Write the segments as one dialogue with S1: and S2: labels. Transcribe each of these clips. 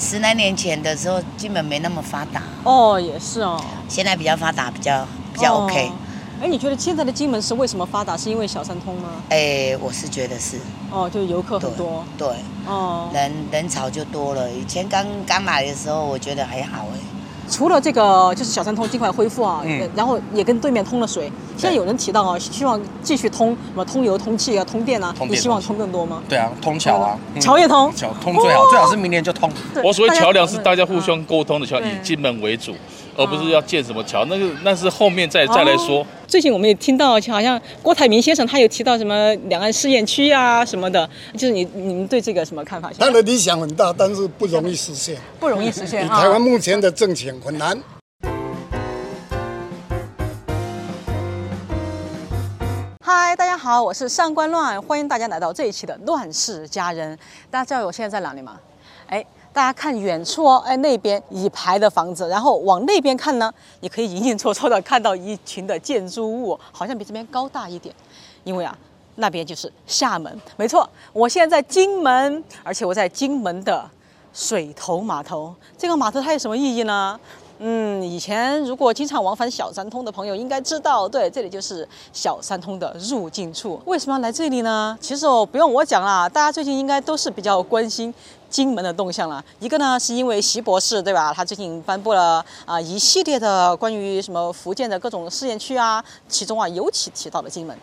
S1: 十来年前的时候，金门没那么发达，
S2: 哦，也是哦，
S1: 现在比较发达，比较比较
S2: 哦
S1: OK。。
S2: 哎、你觉得现在的金门是为什么发达？是因为小三通吗？
S1: 哎、我是觉得是
S2: 哦，就游客
S1: 对
S2: 很多。
S1: 对，
S2: 哦，
S1: 人人潮就多了。以前刚刚来的时候，我觉得还好哎、
S2: 除了这个，就是小三通尽快恢复啊，
S1: 嗯
S2: 然后也跟对面通了水。现在有人提到啊，希望继续通什么通邮、通气啊、通电啊，
S3: 通电
S2: 你希望通更多吗？
S3: 对啊，通桥啊，嗯
S2: 桥也通。
S3: 桥通哦最好，最好是明年就通。
S2: 对
S4: 我所谓桥梁是大家
S2: 讨
S4: 哦互
S2: 论
S4: 相沟通的桥，
S2: 对
S4: 以金门为主，而不是要建什么桥，那个那是后面再再来说
S2: 哦。最近我们也听到，好像郭台铭先生他有提到什么两岸试验区啊什么的，就是你你们对这个什么看法？
S5: 他的理想很大，但是不容易实现。
S2: 不容易实现
S5: 以
S2: 啊。
S5: 台湾目前的政情很难。
S2: 嗨，大家好，我是上官乱，欢迎大家来到这一期的《乱世佳人》。大家知道我现在在哪里吗？哎，大家看远处哦，哎那边已牌的房子，然后往那边看呢，你可以隐隐绰绰的看到一群的建筑物，好像比这边高大一点，因为啊。那边就是厦门，没错，我现在在金门，而且我在金门的水头码头。这个码头它有什么意义呢？嗯，以前如果经常往返小三通的朋友应该知道，对，这里就是小三通的入境处。为什么要来这里呢？其实哦，不用我讲啦，大家最近应该都是比较关心金门的动向啦。一个呢，是因为习博士，对吧？他最近颁布了啊、一系列的关于什么福建的各种试验区啊，其中啊尤其提到了金门。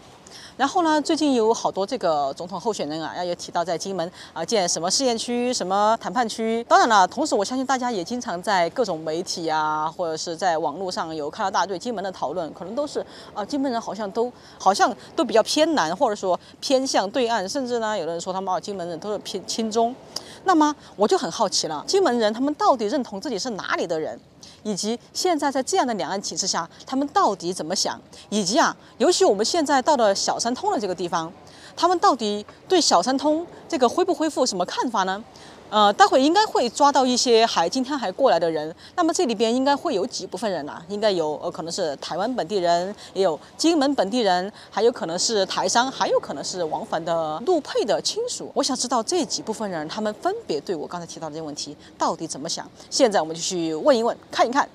S2: 然后呢，最近有好多这个总统候选人啊，也提到在金门啊建什么试验区、什么谈判区。当然了，同时我相信大家也经常在各种媒体啊，或者是在网络上有看到大家对金门的讨论，可能都是啊，金门人好像都好像都比较偏南，或者说偏向对岸，甚至呢，有的人说他们啊，金门人都是偏亲中。那么我就很好奇了，金门人他们到底认同自己是哪里的人？以及现在在这样的两岸体制下，他们到底怎么想？以及啊，尤其我们现在到了小三通的这个地方，他们到底对小三通这个恢不恢复有什么看法呢？呃，待会应该会抓到一些还今天还过来的人，那么这里边应该会有几部分人呐、应该有呃可能是台湾本地人，也有金门本地人，还有可能是台商，还有可能是往返的陆配的亲属。我想知道这几部分人他们分别对我刚才提到的这些问题到底怎么想。现在我们就去问一问，看一看。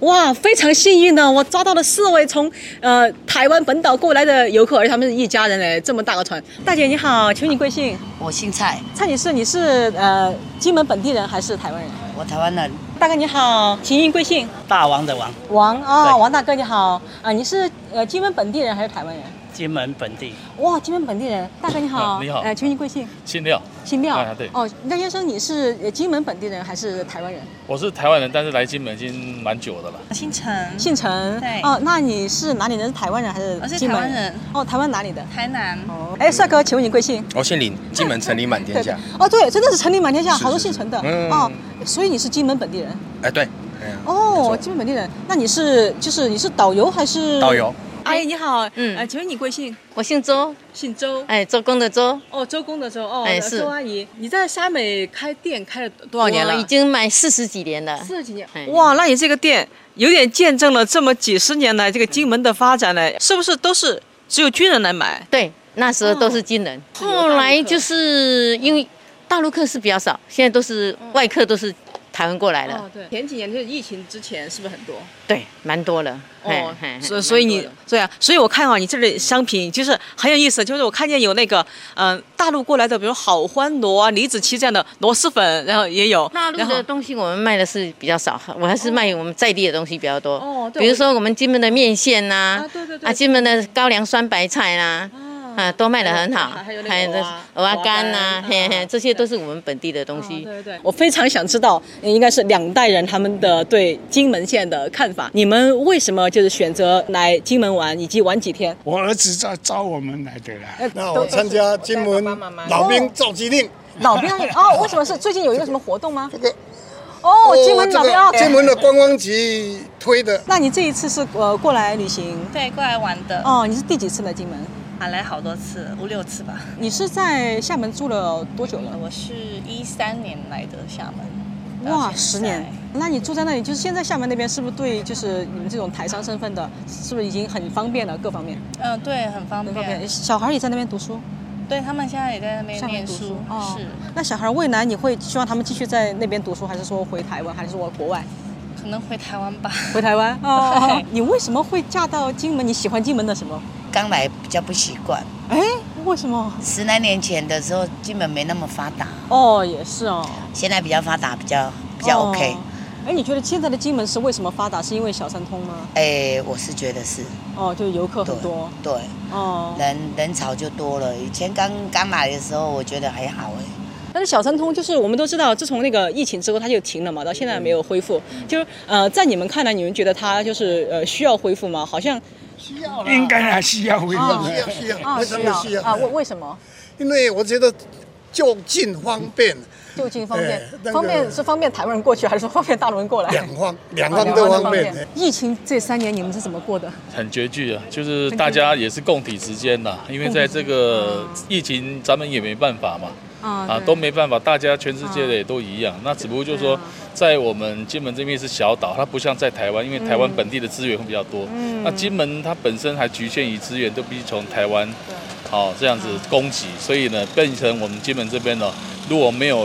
S2: 哇，非常幸运呢！我抓到了四位从呃台湾本岛过来的游客，而且他们是一家人哎，这么大个船。大姐你好，请你贵姓？
S1: 我姓蔡，
S2: 蔡女士，你是呃金门本地人还是台湾人？
S1: 我台湾人，
S2: 大哥你好，请您贵姓？
S6: 大王的王，
S2: 王啊、
S6: 对
S2: 王大哥你好啊、你是呃金门本地人还是台湾人？
S6: 金门本地。
S2: 哇，金门本地人，大哥你好，
S4: 啊你好
S2: 呃，请您贵姓？
S4: 新料，
S2: 姓廖、
S4: 啊对
S2: 哦，廖先生，你是呃金门本地人还是台湾人？
S4: 我是台湾人，但是来金门已经蛮久的了。
S7: 星辰，
S2: 姓陈。
S7: 对
S2: 哦，那你是哪里人？是台湾人还是
S7: 我是
S2: 金门
S7: 台湾人。
S2: 哦，台湾哪里的？
S7: 台南，
S2: 哦，哎，帅哥，请问你贵姓？
S3: 我姓哦林，金门城里满天下。
S2: 哦，对，真的是城里满天下，
S3: 是
S2: 好多
S3: 是
S2: 姓
S3: 是
S2: 陈的。
S3: 嗯
S2: 哦，所以你是金门本地人。
S3: 哎，对，哎呀没
S2: 哦
S3: 错，
S2: 金门本地人，那你是就是你是导游还是？
S3: 导游。
S2: 阿姨你好，
S7: 嗯
S2: 呃，请问你贵姓？
S7: 我姓周，
S2: 姓周。
S7: 哎，周公的周，
S2: 哦，周公的周。哦，
S7: 哎是
S2: 周阿姨，你在沙美开店开了多
S7: 我
S2: 少年了？
S7: 已经买四十几年了。
S2: 四十几年
S7: 哎。
S2: 哇，那你这个店有点见证了这么几十年来这个金门的发展嘞，是不是都是只有军人来买？
S7: 对，那时候都是金人，
S2: 哦
S7: 后来就是因为大陆客是比较少，现在都是外客，都是台湾过来了，，
S2: 哦对，前几年就是疫情之前，是不是很多？
S7: 对，蛮多了。
S2: 哦
S7: 嘿嘿，嘿
S2: 所所以
S7: 蛮多
S2: 你
S7: 的
S2: 对啊，所以我看啊，你这里商品就是很有意思，就是我看见有那个嗯、呃大陆过来的，比如好欢螺啊、李子柒这样的螺蛳粉，然后也有，
S7: 大陆
S2: 然后
S7: 的东西我们卖的是比较少，我还是卖我们在地的东西比较多。
S2: 哦对
S7: 比
S2: 我
S7: 如说我们金门的面线呐、
S2: 啊对对对
S7: 啊，金门的高粱酸白菜啦、啊，都卖的很好，
S2: 还有还有那个
S7: 蚵
S2: 蚵仔
S7: 仔干呐
S2: 干，
S7: 嘿
S2: 啊
S7: 嘿，这些都是我们本地的东西。
S2: 哦对对，我非常想知道，呃应该是两代人他们的对金门县的看法。你们为什么就是选择来金门玩，以及玩几天？
S8: 我儿子在招我们来的啦。
S5: 那我参加金门老兵召集令，
S2: 老兵哦，为什么是最近有一个什么活动吗？
S5: 这个
S2: 哦，金
S5: 哦
S2: 门
S5: 这
S2: 老
S5: 个
S2: 兵哦，
S5: 金门的观光局推的，
S2: 那你这一次是呃过来旅行？
S9: 对，过来玩的，
S2: 哦，你是第几次来金门？
S9: 啊，来好多次，五六次吧。
S2: 你是在厦门住了多久了？
S9: 我是一三年来的厦门，
S2: 哇，
S9: 到现在
S2: 十年。那你住在那里，就是现在厦门那边，是不是对就是你们这种台商身份的，是不是已经很方便了？各方面，
S9: 嗯、对，很方
S2: 各方面，
S9: 便。
S2: 小孩也在那边读书。
S9: 对他们现在也在那边
S2: 上面
S9: 念
S2: 读
S9: 书，
S2: 哦
S9: 是
S2: 那小孩未来你会希望他们继续在那边读书，还是说回台湾，还是说国外？
S9: 可能回台湾吧。
S2: 回台 湾哦
S9: 对。
S2: 你为什么会嫁到金门？你喜欢金门的什么？
S1: 刚来比较不习惯。
S2: 哎，为什么？
S1: 十来年前的时候，金门没那么发达，
S2: 哦，也是哦，
S1: 现在比较发达，比较比较
S2: 哦
S1: OK。。
S2: 哎，你觉得现在的金门是为什么发达？是因为小三通吗？
S1: 哎、我是觉得是
S2: 哦，就游客
S1: 对
S2: 很多
S1: 对，
S2: 哦。
S1: 人人潮就多了。以前刚刚来的时候，我觉得还好哎、
S2: 但是小三通就是我们都知道，自从那个疫情之后，它就停了嘛，到现在没有恢复。就是呃，在你们看来，你们觉得它就是呃需要恢复吗？好像
S5: 需要啦
S8: 应该还是要恢复
S3: 哦
S5: 需要
S8: 的。
S5: 需要，非常的需要
S2: 哦啊，为为什么？
S5: 因为我觉得就近方便，
S2: 就近方便
S5: 哎那，个
S2: 方便是方便台湾人过去， 还是说方便大陆人过来？
S5: 两方两
S2: 啊
S5: 方
S2: 两
S5: 都
S2: 岸
S5: 方便。。
S2: 疫情这三年你们是怎么过的？
S4: 很拮据啊，就是大家也是共体时间呐，因为在这个疫情，咱们也没办法嘛，啊，都没办法，大家全世界的也都一样。
S2: 啊
S4: 那只不过就是说，在我们金门这边是小岛，它不像在台湾，因为
S2: 嗯
S4: 台湾本地的资源会比较多。那金门它本身还局限于资源都必须从台湾，好、这样子
S2: 嗯
S4: 供给，所以呢，变成我们金门这边呢，如果没有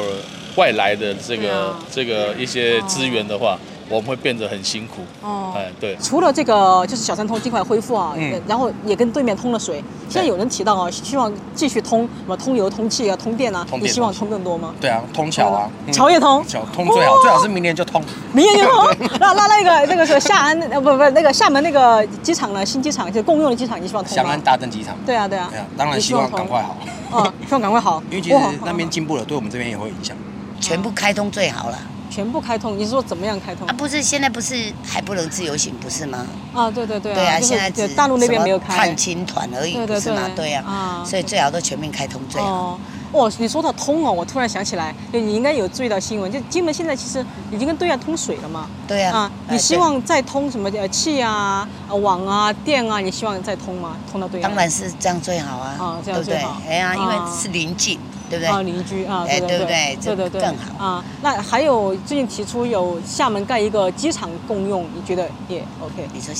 S4: 外来的这
S2: 对
S4: 个
S2: 啊
S4: 这个一些资源的话，我们会变得很辛苦。
S2: 哦
S4: 哎，对。
S2: 除了这个就是小三通尽快恢复啊，
S3: 嗯
S2: 然后也跟对面通了水。现在有人提到啊，希望继续通什么通油、通气啊、通电啊，
S3: 通电
S2: 你希望通更多吗？
S3: 对啊，通桥啊，嗯
S2: 桥也通
S3: 桥通最好，最好是明年就通。
S2: 明年就通。 那那那个那个是厦安呃不不那个厦门那个机场呢，新机场就共用的机场，你希望通
S3: 翔
S2: 吗
S3: 安？大登机场，
S2: 对啊对啊
S3: 哎呀，，当然
S2: 你
S3: 希望
S2: 通
S3: 赶快好，
S2: 嗯，希望赶快好，
S3: 因为其实
S2: 哇好
S3: 那边进步了，对我们这边也会有影响。
S1: 全
S2: 哦
S1: 部开通最好了
S2: 全部开通，你是说怎么样开通
S1: 啊！不是现在不是还不能自由行不是吗？
S2: 啊？对对对
S1: 对啊，
S2: 就是
S1: 现在
S2: 对
S1: 只
S2: 大陆那边没有
S1: 什么
S2: 开
S1: 探。亲团而已
S2: 对对
S1: 不是吗？
S2: 对
S1: 对
S2: 啊
S1: 啊，所以最好都全面开通最好。
S2: 哦，哦，你说到通哦，我突然想起来，就你应该有注意到新闻，就金门现在其实已经跟对岸通水了嘛。
S1: 对啊
S2: 啊，，你
S1: 哎
S2: 希
S1: 对
S2: 望再通什么呃气啊、呃网啊、电啊，你希望再通吗？通到对岸？
S1: 当然是这样最好啊，
S2: 哦这
S1: 对
S2: 样
S1: 不
S2: 最
S1: 对
S2: 好？
S1: 哎呀，因为
S2: 哦
S1: 是邻近，对不对？
S2: 啊，邻居啊，
S1: 哎
S2: 对
S1: 对
S2: 对对
S1: 不对
S2: 对
S1: 这
S2: 对，
S1: 更好
S2: 啊。那还有最近提出有厦门盖一个机场共用，你觉得也 OK？
S1: 你说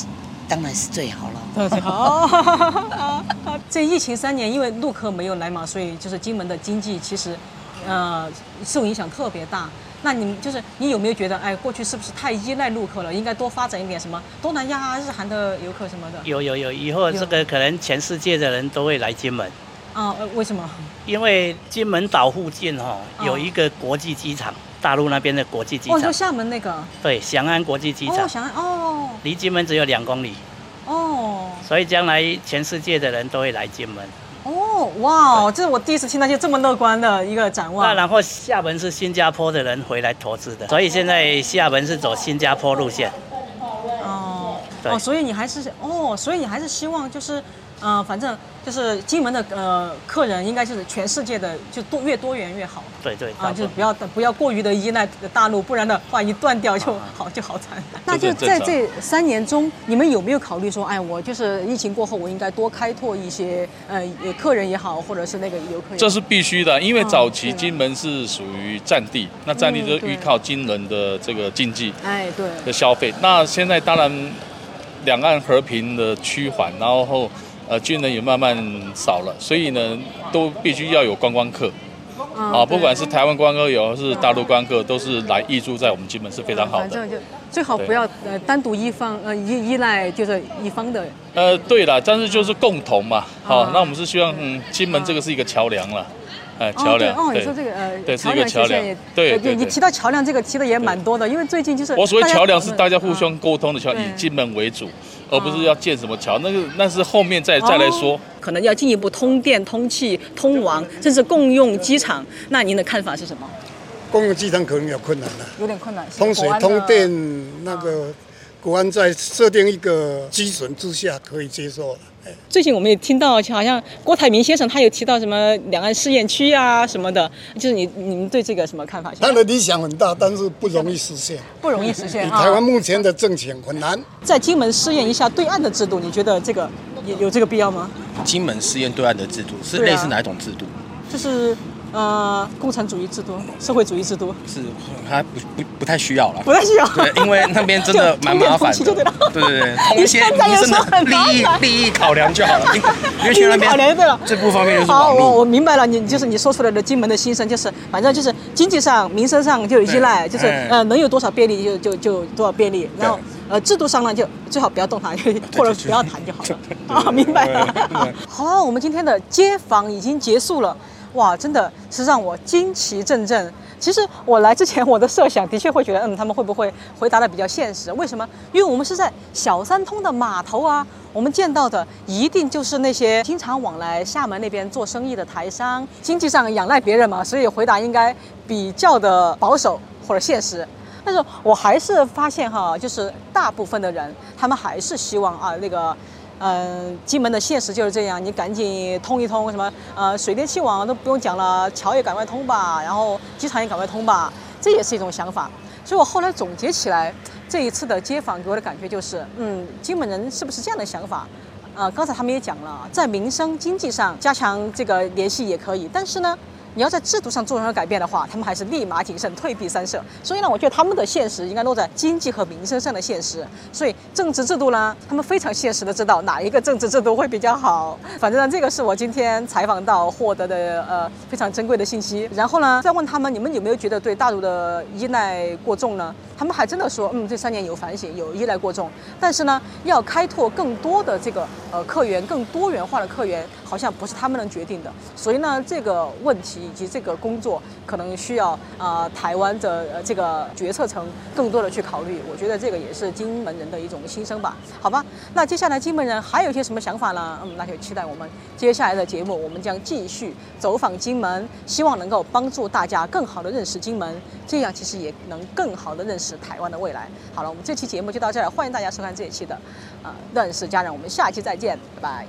S1: 当然是最好了。
S2: 对 对好。 这疫情三年，因为陆客没有来嘛，所以就是金门的经济其实，呃，受影响特别大。那你们就是你有没有觉得，哎，过去是不是太依赖陆客了？应该多发展一点什么东南亚啊、日韩的游客什么的？
S6: 有有有，以后
S2: 有
S6: 这个可能全世界的人都会来金门，
S2: 啊、呃为什么？
S6: 因为金门岛附近哈、
S2: 哦
S6: 哦、有一个国际机场，大陆那边的国际机
S2: 哦，你说
S6: 场，
S2: 厦门那个？
S6: 对，翔安国际机
S2: 哦，
S6: 场，
S2: 想安哦
S6: 离金门只有两公里，
S2: 哦
S6: 所以将来全世界的人都会来金门。
S2: 哦，哇哦，这是我第一次听到就这么乐观的一个展
S6: 那
S2: 望。
S6: 然后厦门是新加坡的人回来投资的，所以现在厦门是走新加坡路线。
S2: 哦
S6: 对
S2: 哦，所以你还是哦，所以你还是希望就是，呃，反正就是金门的呃客人应该就是全世界的就多越多元越好
S6: 对对，差
S2: 啊，
S6: 不
S2: 就是
S6: 多。
S2: 不要不要过于的依赖大陆，不然的话一断掉就好就好惨。那就
S4: 啊这
S2: 在
S4: 是很正常
S2: 这三年中，你们有没有考虑说，哎，我就是疫情过后，我应该多开拓一些呃客人也好，或者是那个游客也好？
S4: 这是必须的，因为早期
S2: 嗯对啊
S4: 金门是属于战地，那战地
S2: 嗯
S4: 就
S2: 对
S4: 依靠金人的这个经济
S2: 哎对
S4: 的消费。那现在当然，两岸和平的趋缓，然后呃军人也慢慢少了，所以呢，都必须要有观光客
S2: 嗯哦
S4: 啊，不管是台湾观光客也好，是大陆观光客，都是来入住在我们金门是非常好
S2: 嗯反
S4: 的。
S2: 正哦就最好不要呃单独一方呃依依赖就是一方的
S4: 呃，对了，但是就是共同嘛，好、
S2: 啊
S4: 那我们是希望嗯，金门这个是一个桥梁了，哎，桥梁，
S2: 哦，对哦，你
S4: 对
S2: 说这个呃，
S4: 对是一
S2: 梁
S4: 个
S2: 其
S4: 桥
S2: 实
S4: 梁
S2: 也，
S4: 对
S2: 你
S4: 对
S2: 你
S4: 对
S2: 提到桥梁这个提的也蛮多的，因为最近就是
S4: 我所谓
S2: 大家
S4: 桥梁是
S2: 讨论
S4: 大家互
S2: 啊
S4: 相沟通的桥，
S2: 对嗯
S4: 以金门为主，而不是要建什么桥，那个那是后面再再来说
S2: 哦。可能要进一步通电、通气、通网，甚至共用机场。那您的看法是什么？
S5: 公共机场可能有困难了，
S2: 有点困难，是
S5: 通水
S2: 国安的啊哦
S5: 通电那个国安在设定一个基准之下可以接受了。哎
S2: 最近我们也听到，好像郭台铭先生他有提到什么两岸试验区啊什么的，就是你你们对这个什么看法？
S5: 他的理想很大，但是不容易实现。
S2: 不容易实现
S5: 以
S2: 啊。
S5: 台湾目前的政权很难。
S2: 在金门试验一下对岸的制度，你觉得这个有有这个必要吗？
S3: 金门试验对岸的制度是
S2: 对啊
S3: 类似哪一种制度？
S2: 就是呃，共产主义制度、社会主义制度，
S3: 是还不不不太需要了。
S2: 不太需要。
S3: 对，因为那边真的蛮麻 烦
S2: 就通
S3: 的
S2: 电通气就对了。
S3: 对对对，通
S2: 你
S3: 一些
S2: 现在
S3: 民
S2: 又
S3: 生
S2: 说
S3: 的
S2: 很麻
S3: 利益
S2: 烦
S3: 利益考量就好了，因为因为去那
S2: 你考量
S3: 边
S2: 对了，
S3: 最不方便就是
S2: 好，
S3: 网
S2: 我
S3: 络。
S2: 我明白了，你就是你说出来的金门的心声，就是反正就是经济上、民生上就有依赖，
S3: 对
S2: 就是
S3: 哎
S2: 呃能有多少便利就就就多少便利，然后呃制度上呢就最好不要动它，或者
S3: 对
S2: 不要谈就好了。啊，明白了。好，我们今天的街访已经结束了，哇，真的是让我惊奇阵阵。其实我来之前，我的设想的确会觉得，嗯，他们会不会回答的比较现实？为什么？因为我们是在小三通的码头啊，我们见到的一定就是那些经常往来厦门那边做生意的台商，经济上仰赖别人嘛，所以回答应该比较的保守或者现实。但是我还是发现哈，就是大部分的人，他们还是希望啊那个。嗯，金门的现实就是这样，你赶紧通一通什么，呃，水电气网都不用讲了，桥也赶快通吧，然后机场也赶快通吧，这也是一种想法。所以我后来总结起来，这一次的街访给我的感觉就是，嗯，金门人是不是这样的想法？啊，刚才他们也讲了，在民生经济上加强这个联系也可以，但是呢，你要在制度上做任何改变的话，他们还是立马谨慎，退避三舍。所以呢，我觉得他们的现实应该落在经济和民生上的现实。所以政治制度呢，他们非常现实的知道哪一个政治制度会比较好。反正呢，这个是我今天采访到获得的呃非常珍贵的信息。然后呢，再问他们，你们有没有觉得对大陆的依赖过重呢？他们还真的说，嗯，这三年有反省，有依赖过重。但是呢，要开拓更多的这个呃客源，更多元化的客源，好像不是他们能决定的。所以呢，这个问题以及这个工作，可能需要啊、呃台湾的呃这个决策层更多的去考虑。我觉得这个也是金门人的一种心声吧。好吧，那接下来金门人还有一些什么想法呢？嗯，那就期待我们接下来的节目，我们将继续走访金门，希望能够帮助大家更好的认识金门，这样其实也能更好的认识台湾的未来。好了，我们这期节目就到这儿，欢迎大家收看这一期的啊、呃乱世佳人，我们下期再见，拜拜。